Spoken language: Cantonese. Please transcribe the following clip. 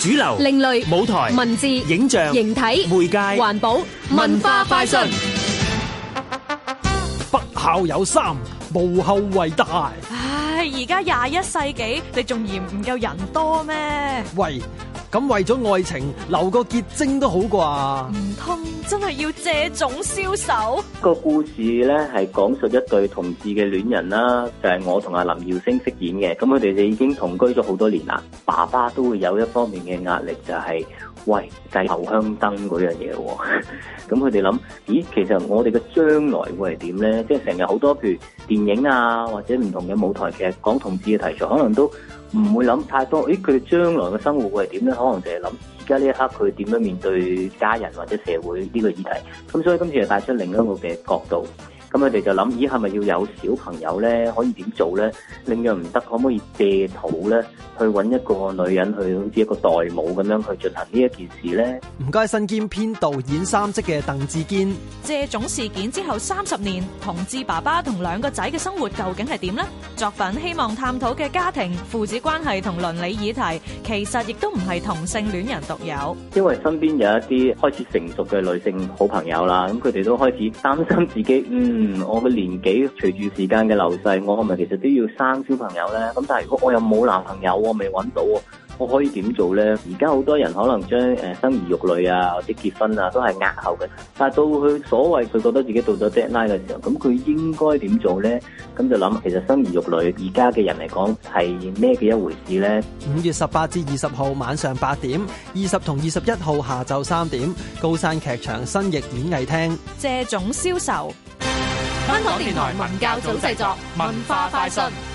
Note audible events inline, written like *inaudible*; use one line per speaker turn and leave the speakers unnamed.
主流、
另類
舞台、
文字、
影像、
形體、
媒介、
環保、文化快訊。
不孝有三，無後為大。
唉，而家廿一世紀，你仲嫌唔夠人多咩？
喂，咁為咗愛情留個結晶都好啩？
唔通真係要借種消售？
個故事咧係講述一對同志嘅戀人啦，就係、我同阿林耀星飾演嘅。咁佢哋就已經同居咗好多年啦。爸爸都會有一方面嘅壓力、就係喂製後香燈嗰樣嘢喎。 *laughs* 咁佢哋諗，咦，其實我哋嘅將來會係點咧？即係成日好多譬如電影啊，或者唔同嘅舞台劇講同志嘅題材，可能都唔會諗太多。咦，佢哋將來嘅生活會係點咧？可能就係諗而家呢一刻佢點樣面對家人或者社會呢個議題。咁所以今次就帶出另一個嘅角度。咁佢哋就諗，咦，係咪要有小朋友咧？可以點做咧？領養唔得，可唔可以借肚咧？去揾一個女人去好似一個代母咁樣去進行呢一件事咧？
唔該，身兼編導演三職嘅鄧志堅，
借種事件之後三十年，同志爸爸同兩個仔嘅生活究竟係點呢？作品希望探討嘅家庭、父子關係同倫理議題，其實亦都唔係同性戀人獨有。
因為身邊有一啲開始成熟嘅女性好朋友啦，咁佢哋都開始擔心自己，嗯，我嘅年紀隨住時間嘅流逝，我係咪其實都要生小朋友呢？咁但係如果我又冇男朋友，我未揾到喎。我可以點做呢？而家好多人可能將誒生兒育女啊，或者結婚啊，都係押後嘅。但係到佢所謂佢覺得自己到咗 deadline 嘅時候，咁佢應該點做呢？咁就諗其實生兒育女而家嘅人嚟講係咩嘅一回事呢？
五月十八至二十號晚上八點，二十同二十一號下晝三點，高山劇場新翼演藝廳。
借種消售。
香港電台文教組製作，文化快訊。